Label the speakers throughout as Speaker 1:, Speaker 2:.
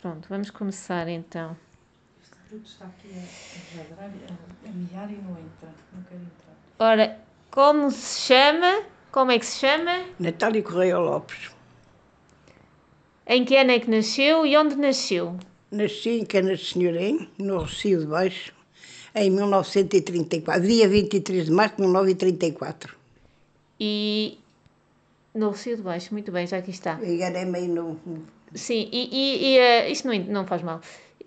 Speaker 1: Pronto, vamos começar então.
Speaker 2: Este produto está aqui a, a jadrar, a, a miar e não entra. Não quer entrar.
Speaker 1: Ora, como se chama? Como é que se chama?
Speaker 3: Natália Correia Lopes.
Speaker 1: Em que ano é que nasceu e onde nasceu?
Speaker 3: Nasci em Canas de Senhorém, no Rocio de Baixo, em 1934, dia 23 de março de 1934.
Speaker 1: E. No Rio de Baixo, muito bem, já aqui está.
Speaker 3: Enganei-me aí no...
Speaker 1: Sim, e, e, e, eh, isso não, não faz mal.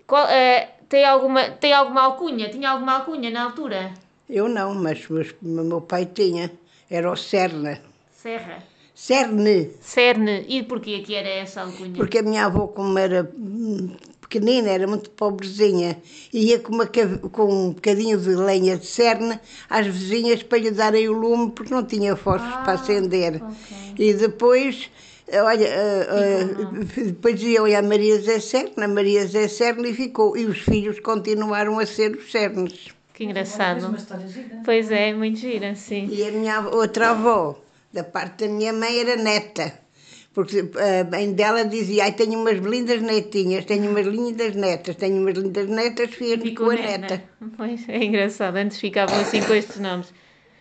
Speaker 1: Qual, eh, tem, alguma, tem alguma alcunha? Tinha alguma alcunha na altura?
Speaker 3: Eu não, mas meus- meu pai tinha. Era o Cerna.
Speaker 1: Serra.
Speaker 3: Cerne.
Speaker 1: Cerne. E porquê que era essa alcunha?
Speaker 3: Porque a minha avó, como era hum, pequenina, era muito pobrezinha, ia com, uma ca- com um bocadinho de lenha de cerne às vizinhas para lhe darem o lume, porque não tinha fósforos para acender. E depois, eh, olha, eh, eh, depois iam à Maria Zé Cerne, a Maria Zé Cerne e ficou. E os filhos continuaram a ser os cernes.
Speaker 1: Que
Speaker 2: Mas
Speaker 1: engraçado.
Speaker 2: uma história gira.
Speaker 1: Pois é, muito gira, sim.
Speaker 3: E a minha av- outra avó, da parte da minha mãe, era neta. Porque eh, a mãe dela dizia: Ai, tenho umas lindas netinhas, tenho umas lindas netas, tenho umas lindas netas, filha de
Speaker 1: Ficou
Speaker 3: tua neta.
Speaker 1: Pois, é engraçado. Antes ficavam assim com estes nomes.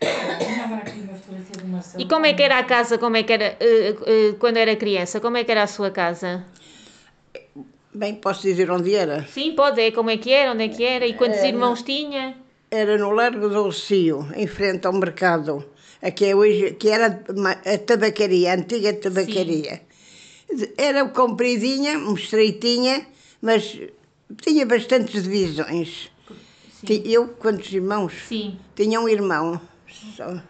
Speaker 2: Tinha agora aqui uma fotografia do Marcelo.
Speaker 1: E como é que era a casa, como é que era, eh, eh, quando era criança, como é que era a sua casa?
Speaker 3: Bem, posso dizer onde era?
Speaker 1: Sim, pode, é como é que era, onde é que era e quantos irmãos tinha?
Speaker 3: Era no Largo do Rocio, em frente ao mercado, a que, é hoje, que era uma- a tabacaria, a antiga tabacaria. Era compridinha, um estreitinha, mas tinha bastantes divisões. Ti- Eu, quantos irmãos?
Speaker 1: Sim.
Speaker 3: Tinha um irmão. Só.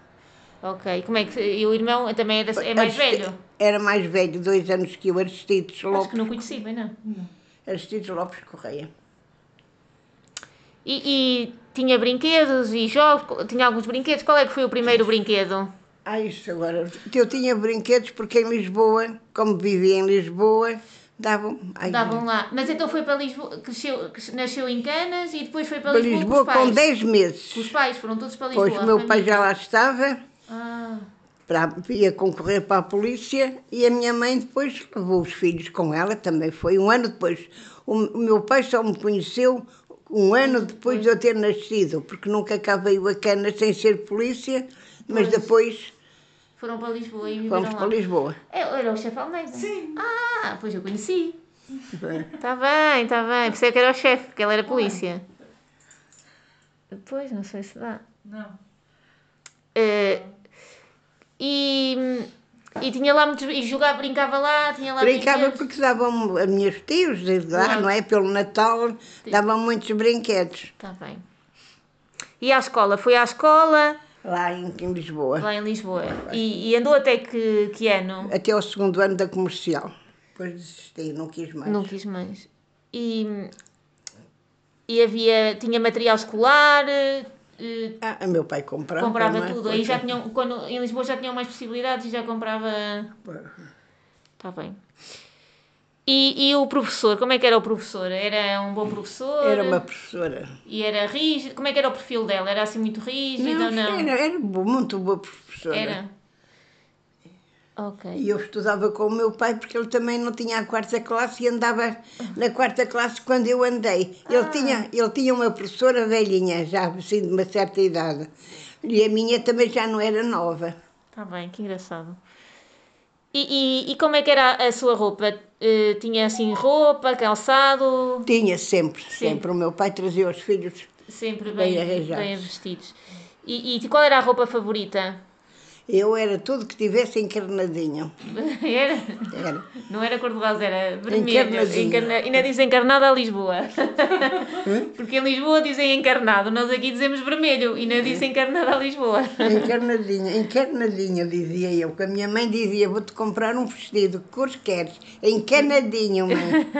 Speaker 1: Ok, como é que, e o irmão também é, da- é mais
Speaker 3: Ariste-
Speaker 1: velho?
Speaker 3: Era mais velho, dois anos que eu, Aristides
Speaker 1: Acho que
Speaker 3: Lopes,
Speaker 1: não conheci bem, não.
Speaker 3: Aristides Lopes Correia.
Speaker 1: E, e tinha brinquedos e jogos, co- tinha alguns brinquedos. Qual é que foi o primeiro brinquedo?
Speaker 3: Ah, isso agora. Eu tinha brinquedos porque em Lisboa, como vivia em Lisboa, davam. ai,
Speaker 1: Davam lá. Mas então foi para Lisboa, cresceu, cres- nasceu em Canas e depois foi para
Speaker 3: Para
Speaker 1: Lisboa,
Speaker 3: Lisboa
Speaker 1: com os pais.
Speaker 3: com 10
Speaker 1: Os
Speaker 3: meses.
Speaker 1: pais foram todos para Lisboa.
Speaker 3: Pois o meu
Speaker 1: a
Speaker 3: pai
Speaker 1: família.
Speaker 3: já lá estava,
Speaker 1: Ah,
Speaker 3: para, ia concorrer para a polícia e a minha mãe depois levou os filhos com ela, também foi um ano depois. O, o meu pai só me conheceu um ano depois de eu ter nascido, porque nunca acabei o Acana sem ser polícia, mas depois
Speaker 1: foram para Lisboa e viveram
Speaker 3: fomos
Speaker 1: lá.
Speaker 3: para Lisboa.
Speaker 1: É, Era o chefe Almeida?
Speaker 2: Sim.
Speaker 1: Ah, pois eu conheci. Está bem, está bem. Percebo que era o chefe, porque ele era polícia. Pois, não sei se dá.
Speaker 2: Não.
Speaker 1: Eh, e, e tinha lá muitos. E jogava, brincava lá, tinha lá.
Speaker 3: Brincava
Speaker 1: brinquedos.
Speaker 3: porque davam a meus tios, desde lá,
Speaker 1: Claro.
Speaker 3: não é? Pelo Natal, davam muitos brinquedos
Speaker 1: Está Tá bem. E à escola? Foi à escola,
Speaker 3: lá em, em Lisboa,
Speaker 1: lá em Lisboa. E, e andou até que, que ano?
Speaker 3: até ao segundo ano da comercial. Depois desisti, não quis mais.
Speaker 1: Não quis mais. E, e havia. Tinha material escolar. eh, eh,
Speaker 3: Ah, meu pai comprava. não
Speaker 1: comprava
Speaker 3: é?
Speaker 1: tudo. Aí
Speaker 3: Pois
Speaker 1: já
Speaker 3: é.
Speaker 1: tinham, quando em Lisboa já tinham mais possibilidades e já comprava. Está bem. E, e o professor, como é que era o professor? Era um bom professor?
Speaker 3: Era uma professora.
Speaker 1: E era rígido? Como é que era o perfil dela? Era assim muito rígido ou não?
Speaker 3: Era, era bo- muito boa professora.
Speaker 1: Era. Ok.
Speaker 3: né? E eu estudava com o meu pai porque ele também não tinha a quarta classe e andava na quarta classe quando eu andei.
Speaker 1: Ah.
Speaker 3: Ele, tinha, ele tinha uma professora velhinha, já assim de uma certa idade. E a minha também já não era nova.
Speaker 1: Está Tá bem, que engraçado. E, e, e como é que era a sua roupa? Eh, tinha assim roupa, calçado,
Speaker 3: Tinha sempre, sempre. O meu pai trazia os filhos.
Speaker 1: sempre
Speaker 3: Bem
Speaker 1: bem, bem,
Speaker 3: arranjados.
Speaker 1: vestidos. E, e qual era a roupa favorita?
Speaker 3: Eu era tudo que tivesse encarnadinho.
Speaker 1: Era?
Speaker 3: Era.
Speaker 1: Não era cor-de-rosa, era vermelho.
Speaker 3: Encarnadinho.
Speaker 1: Encarna... Ainda dizem encarnada a Lisboa.
Speaker 3: Hum?
Speaker 1: Porque em Lisboa dizem encarnado, nós aqui dizemos vermelho. Ainda
Speaker 3: Hum.
Speaker 1: dizem encarnada a Lisboa.
Speaker 3: Encarnadinha, encarnadinha, dizia eu, que a minha mãe dizia: Vou-te comprar um vestido, que cores queres? Encarnadinho, mãe.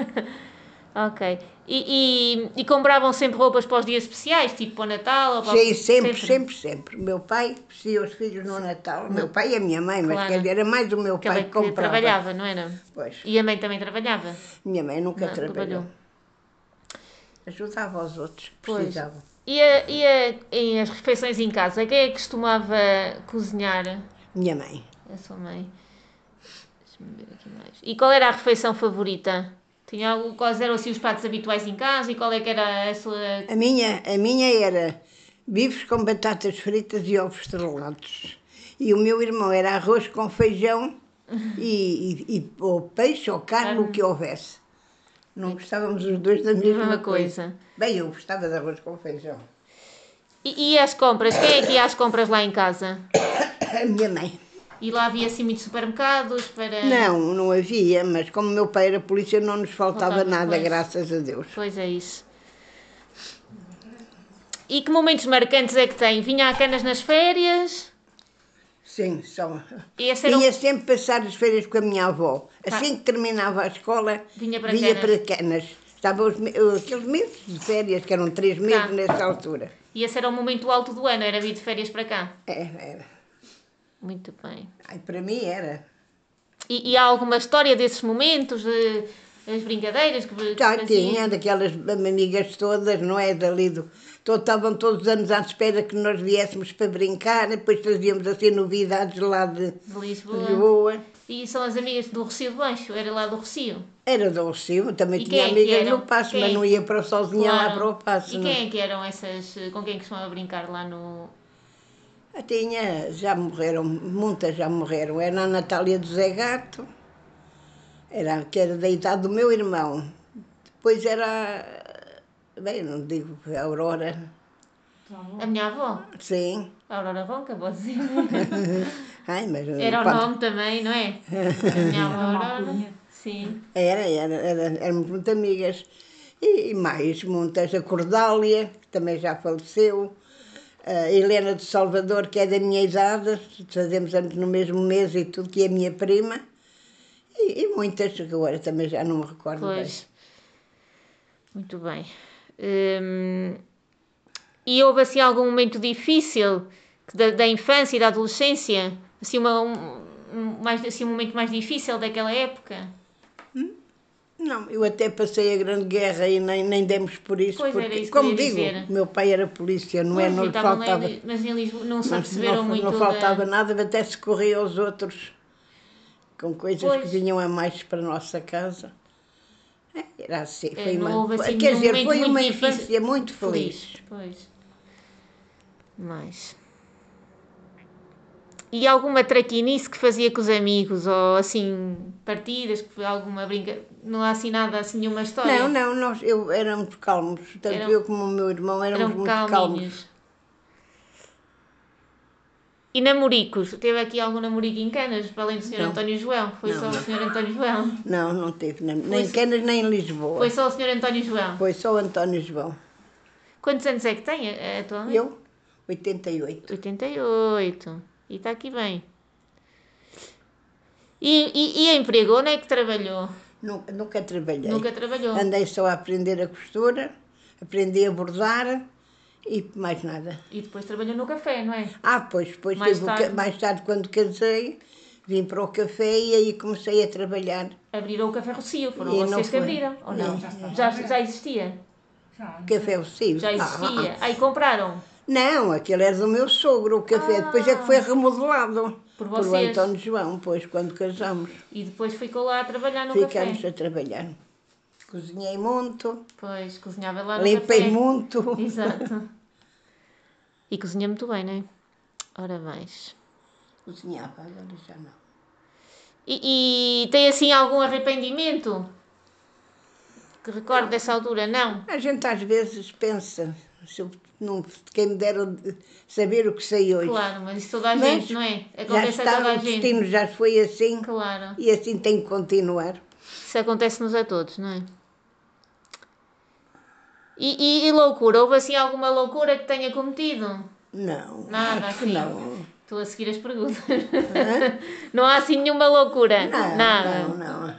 Speaker 1: Ok. E, e, e compravam sempre roupas para os dias especiais, tipo para o Natal ou para
Speaker 3: Sim, sempre, sempre, sempre. O Meu pai vestia os filhos no Natal, o meu pai e a minha mãe, mas
Speaker 1: Claro.
Speaker 3: quer dizer, era mais o meu
Speaker 1: Que ela
Speaker 3: pai que
Speaker 1: que
Speaker 3: comprava.
Speaker 1: trabalhava, não era?
Speaker 3: Pois,
Speaker 1: E a mãe também trabalhava.
Speaker 3: minha mãe nunca
Speaker 1: Não,
Speaker 3: trabalhou.
Speaker 1: trabalhou.
Speaker 3: Ajudava os outros, que
Speaker 1: Pois.
Speaker 3: precisavam.
Speaker 1: E, a- e a- e as refeições em casa, quem é que costumava cozinhar?
Speaker 3: Minha mãe.
Speaker 1: A sua mãe. Deixa-me ver aqui mais. E qual era a refeição favorita? Tinha algo, quais eram assim, os pratos habituais em casa e qual é que era a sua.
Speaker 3: A minha, a minha era bifes com batatas fritas e ovos estrelados. E o meu irmão era arroz com feijão e, e, e- ou peixe ou carne, o que houvesse. Não gostávamos os dois da mesma,
Speaker 1: Mesma coisa.
Speaker 3: coisa. Bem, eu gostava de arroz com feijão.
Speaker 1: E, e as compras? Quem é que ia às compras lá em casa?
Speaker 3: A minha mãe.
Speaker 1: E lá havia assim muitos supermercados
Speaker 3: É.
Speaker 1: para.
Speaker 3: Não, não havia, mas como meu pai era polícia, não nos faltava
Speaker 1: Faltava
Speaker 3: nada,
Speaker 1: coisa.
Speaker 3: graças a Deus.
Speaker 1: Pois é isso. E que momentos marcantes é que tem? Vinha a Canas nas férias?
Speaker 3: Sim, só.
Speaker 1: E esse era um-
Speaker 3: Ia sempre passar as férias com a minha avó. Assim que terminava a escola,
Speaker 1: Tá. Vinha para Canas.
Speaker 3: para Canas. Estava os me- aqueles meses de férias, que eram três meses
Speaker 1: Tá.
Speaker 3: nessa altura.
Speaker 1: E esse era o momento alto do ano, era vir de férias para cá.
Speaker 3: É, era.
Speaker 1: Muito bem.
Speaker 3: Ai, para mim era.
Speaker 1: E, e há alguma história desses momentos, de, as brincadeiras que, que
Speaker 3: Já
Speaker 1: faziam?
Speaker 3: tinha daquelas amigas todas, não é? Dali do. to- Estavam todos os anos à espera que nós viéssemos para brincar, e depois trazíamos assim novidades lá de
Speaker 1: de
Speaker 3: de
Speaker 1: Lisboa.
Speaker 3: Lisboa.
Speaker 1: E são as amigas do Rocio de Baixo, era lá do Rocio.
Speaker 3: Era do Alcimo, também
Speaker 1: E quem
Speaker 3: tinha
Speaker 1: é que
Speaker 3: amigas
Speaker 1: eram?
Speaker 3: no passo, mas
Speaker 1: Quem?
Speaker 3: não ia para o sozinha lá
Speaker 1: Claro.
Speaker 3: para o passo.
Speaker 1: E
Speaker 3: não.
Speaker 1: quem é que eram essas, eh, com quem costumava brincar lá no...
Speaker 3: Ah, Tinha, já morreram, muitas já morreram. Era a Natália do Zé Gato, era, que era da idade do meu irmão. Depois era, bem, não digo a Aurora,
Speaker 2: tá
Speaker 1: A minha avó,
Speaker 3: sim.
Speaker 1: a Aurora Ronca, pode dizer.
Speaker 3: Ai, mas
Speaker 1: Era o
Speaker 3: pá,
Speaker 1: nome também, não é? A minha avó
Speaker 2: Era uma
Speaker 1: Aurora.
Speaker 2: alcunha.
Speaker 1: Sim.
Speaker 3: Era, era, era- éramos muito amigas. E, e mais muitas, a Cordália, que também já faleceu, a Helena de Salvador, que é da minha idade, fazemos anos no mesmo mês e tudo, que é minha prima, e, e muitas, que agora também já não me recordo bem.
Speaker 1: Pois. Muito bem. Hum, E houve assim algum momento difícil que da, da infância e da adolescência? Assim, uma, um, um- mais, assim, um momento mais difícil daquela época?
Speaker 3: Não, eu até passei a Grande Guerra e nem, nem demos por isso,
Speaker 1: Pois, era
Speaker 3: porque,
Speaker 1: isso que eu
Speaker 3: como
Speaker 1: ia
Speaker 3: digo,
Speaker 1: dizer.
Speaker 3: meu pai era polícia, não é?
Speaker 1: Pois, então
Speaker 3: Não lhe
Speaker 1: estavam lá em
Speaker 3: faltava.
Speaker 1: Li- mas em Lisboa não se
Speaker 3: Não-
Speaker 1: aperceberam
Speaker 3: não,
Speaker 1: muito.
Speaker 3: Não faltava nada, até se corria aos outros com coisas
Speaker 1: Pois.
Speaker 3: que vinham a mais para a nossa casa. É, Era assim,
Speaker 1: É,
Speaker 3: foi
Speaker 1: não houve
Speaker 3: uma,
Speaker 1: assim
Speaker 3: quer
Speaker 1: nenhum
Speaker 3: dizer,
Speaker 1: momento
Speaker 3: foi
Speaker 1: muito
Speaker 3: uma
Speaker 1: difícil.
Speaker 3: infância muito
Speaker 1: da-
Speaker 3: feliz.
Speaker 1: Pois. Mas. E alguma traquinice que fazia com os amigos? Ou assim, partidas? que foi Alguma brinca. Não há assim nada, assim, nenhuma história?
Speaker 3: Não, não, nós eu, éramos calmos, tanto
Speaker 1: Eram-
Speaker 3: eu como o meu irmão éramos
Speaker 1: Eram
Speaker 3: muito calmos.
Speaker 1: calminhos. E namoricos? Teve aqui algum namorico em Canas, para além do Sr.
Speaker 3: Não.
Speaker 1: António João? Foi
Speaker 3: Não,
Speaker 1: só
Speaker 3: não.
Speaker 1: o Sr. António João?
Speaker 3: Não, não teve, nem, nem
Speaker 1: Pois.
Speaker 3: Canas nem em Lisboa.
Speaker 1: Foi só o Sr. António João?
Speaker 3: Foi só o António João.
Speaker 1: Quantos anos é que tem eh, atualmente?
Speaker 3: Eu, 88.
Speaker 1: 88. E está aqui bem. E, e, e empregou, onde é que trabalhou?
Speaker 3: Nunca, nunca trabalhei.
Speaker 1: Nunca trabalhou.
Speaker 3: Andei só a aprender a costura, aprendi a bordar e mais nada.
Speaker 1: E depois trabalhou no café, não é?
Speaker 3: Ah, pois, depois
Speaker 1: Mais
Speaker 3: mais, tive o ca-
Speaker 1: tarde.
Speaker 3: mais tarde quando casei, vim para o café e aí comecei a trabalhar.
Speaker 1: Abriram o Café Rocio, foram
Speaker 3: E não
Speaker 1: vocês que
Speaker 3: foi.
Speaker 1: abriram, ou não?
Speaker 3: Não.
Speaker 1: Já, já existia?
Speaker 2: Já,
Speaker 3: Café é o Cio.
Speaker 1: Já existia.
Speaker 3: ah.
Speaker 1: Aí compraram.
Speaker 3: Não, aquele era do meu sogro, o café. Depois é que foi remodelado.
Speaker 1: Ah. Por
Speaker 3: o
Speaker 1: vocês.
Speaker 3: António João, pois, quando casamos.
Speaker 1: E depois ficou lá a trabalhar no
Speaker 3: Ficámos
Speaker 1: café.
Speaker 3: a trabalhar. Cozinhei muito,
Speaker 1: Pois, cozinhava lá Ah, no
Speaker 3: limpei
Speaker 1: café.
Speaker 3: muito.
Speaker 1: Exato. E cozinha muito bem, não é? Ora mais.
Speaker 3: Cozinhava, agora já não.
Speaker 1: E, e tem assim algum arrependimento? Que recordo dessa altura? Não.
Speaker 3: A gente às vezes pensa, se eu não, quem me dera de saber o que sei hoje.
Speaker 1: Claro, mas isso toda a
Speaker 3: Mas
Speaker 1: gente, não é?
Speaker 3: já
Speaker 1: Acontece a toda
Speaker 3: está,
Speaker 1: a
Speaker 3: o
Speaker 1: gente.
Speaker 3: destino já foi assim
Speaker 1: Claro.
Speaker 3: e assim tem que continuar.
Speaker 1: Isso acontece-nos a todos, não é? E, e- e loucura? Houve assim alguma loucura que tenha cometido?
Speaker 3: Não.
Speaker 1: Nada
Speaker 3: acho que
Speaker 1: assim.
Speaker 3: Não.
Speaker 1: Estou a seguir as perguntas. Não há assim nenhuma loucura.
Speaker 3: Não,
Speaker 1: Nada.
Speaker 3: não, não.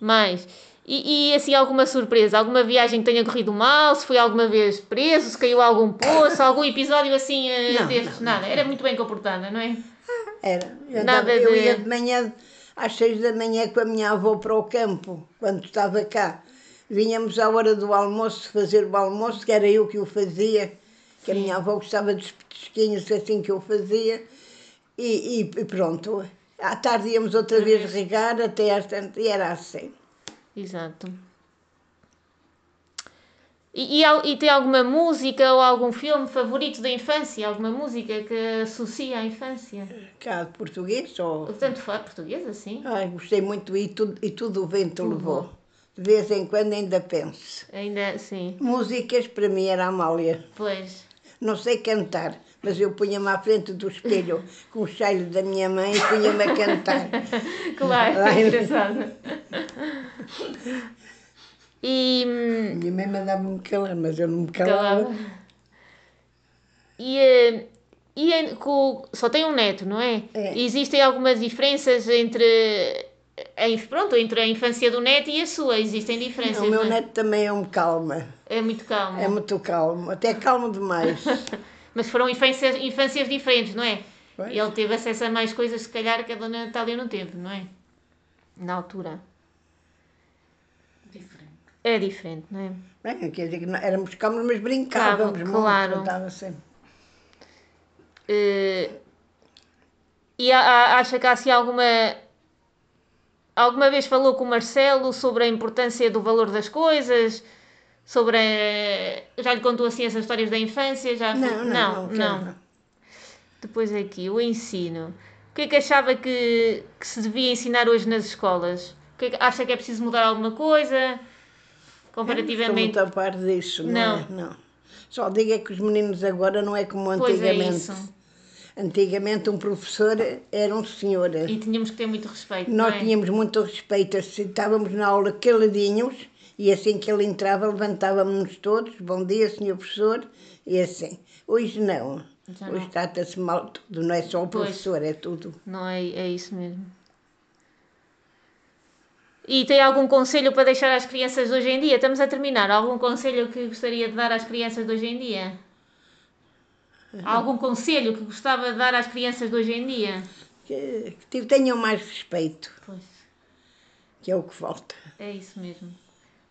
Speaker 1: Mais. E, e, assim, alguma surpresa? Alguma viagem que tenha corrido mal? Se foi alguma vez preso? Se caiu algum poço? Algum episódio assim eh,
Speaker 3: Não,
Speaker 1: destes?
Speaker 3: não,
Speaker 1: Nada. Era muito bem comportada, não é?
Speaker 3: Era. Eu,
Speaker 1: Nada
Speaker 3: andava- eu
Speaker 1: de-
Speaker 3: ia de manhã, às seis da manhã, com a minha avó para o campo, quando estava cá. Vinhamos à hora do almoço fazer o almoço, que era eu que o fazia, que a minha avó gostava dos petisquinhos assim que eu fazia. E, e- e pronto. À tarde íamos outra vez regar, até às tantas, e era assim.
Speaker 1: Exato. E, e, al- e tem alguma música ou algum filme favorito da infância? Alguma música que associa à infância?
Speaker 3: Cá de português só.
Speaker 1: Tanto foi portuguesa, sim.
Speaker 3: Ai, gostei muito e tudo, e tudo o vento
Speaker 1: Tudo.
Speaker 3: levou. De vez em quando ainda penso.
Speaker 1: Ainda, sim.
Speaker 3: Músicas para mim era a Amália.
Speaker 1: Pois.
Speaker 3: Não sei cantar, mas eu punha-me à frente do espelho com o cheiro da minha mãe e punha-me a cantar.
Speaker 1: Claro,
Speaker 3: Ai.
Speaker 1: engraçado. E. hum,
Speaker 3: Minha mãe mandava-me calar, mas eu não me
Speaker 1: Calava.
Speaker 3: calava.
Speaker 1: Então, E, eh, e em- co- só tem um neto, não é?
Speaker 3: É.
Speaker 1: Existem algumas diferenças entre eh, a, inf- pronto, entre a infância do neto e a sua? Existem diferenças.
Speaker 3: O meu
Speaker 1: não é?
Speaker 3: neto também é um calma,
Speaker 1: é muito calmo.
Speaker 3: é muito calmo, até calmo demais.
Speaker 1: Mas foram infâncias, infâncias diferentes, não é?
Speaker 3: Pois.
Speaker 1: Ele teve acesso a mais coisas, se calhar, que a dona Natália não teve, não é? Na altura.
Speaker 2: Diferente.
Speaker 1: É diferente, não é?
Speaker 3: Bem, quer dizer que não- éramos calmos, mas brincávamos
Speaker 1: Claro,
Speaker 3: muito,
Speaker 1: claro.
Speaker 3: contava sempre.
Speaker 1: Eh, e a- a- acha que há assim alguma. Alguma vez falou com o Marcelo sobre a importância do valor das coisas? Sobre. a- Já lhe contou assim essas histórias da infância? Já
Speaker 3: Não, não, não.
Speaker 1: não.
Speaker 3: quero.
Speaker 1: Depois aqui, o ensino. O que é que achava que, que se devia ensinar hoje nas escolas? O que é que- acha que é preciso mudar alguma coisa?
Speaker 3: Estou muito
Speaker 1: Comparativamente.
Speaker 3: a par disso, não, é? Não. Só digo é que os meninos agora não é como
Speaker 1: Pois é
Speaker 3: antigamente.
Speaker 1: isso.
Speaker 3: antigamente um professor era um senhor.
Speaker 1: E tínhamos que ter muito respeito. não
Speaker 3: Nós
Speaker 1: é?
Speaker 3: tínhamos muito respeito, sentávamos na aula caladinhos e assim que ele entrava levantávamos-nos todos, bom dia, senhor professor, e assim. Hoje não.
Speaker 1: Já
Speaker 3: Hoje
Speaker 1: não.
Speaker 3: trata-se mal de tudo, não é só o
Speaker 1: Pois.
Speaker 3: professor, é tudo.
Speaker 1: Não é, é isso mesmo. E tem algum conselho para deixar às crianças de hoje em dia? Estamos a terminar. Algum conselho que gostaria de dar às crianças de hoje em dia? Algum conselho que gostava de dar às crianças de hoje em dia?
Speaker 3: Que, que te- tenham mais respeito,
Speaker 1: Pois,
Speaker 3: que é o que falta.
Speaker 1: é isso mesmo.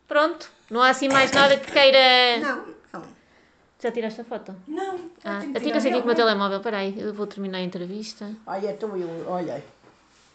Speaker 1: Pronto, não há assim mais nada que queira.
Speaker 3: Não, não.
Speaker 1: Já tiraste a foto?
Speaker 2: Não, eu
Speaker 1: Ah,
Speaker 2: tenho que
Speaker 1: eu
Speaker 2: tirar
Speaker 1: fico aqui
Speaker 2: meu, é?
Speaker 1: com o meu telemóvel. Espera aí, eu vou terminar a entrevista.
Speaker 3: Olha, estou então eu, olha.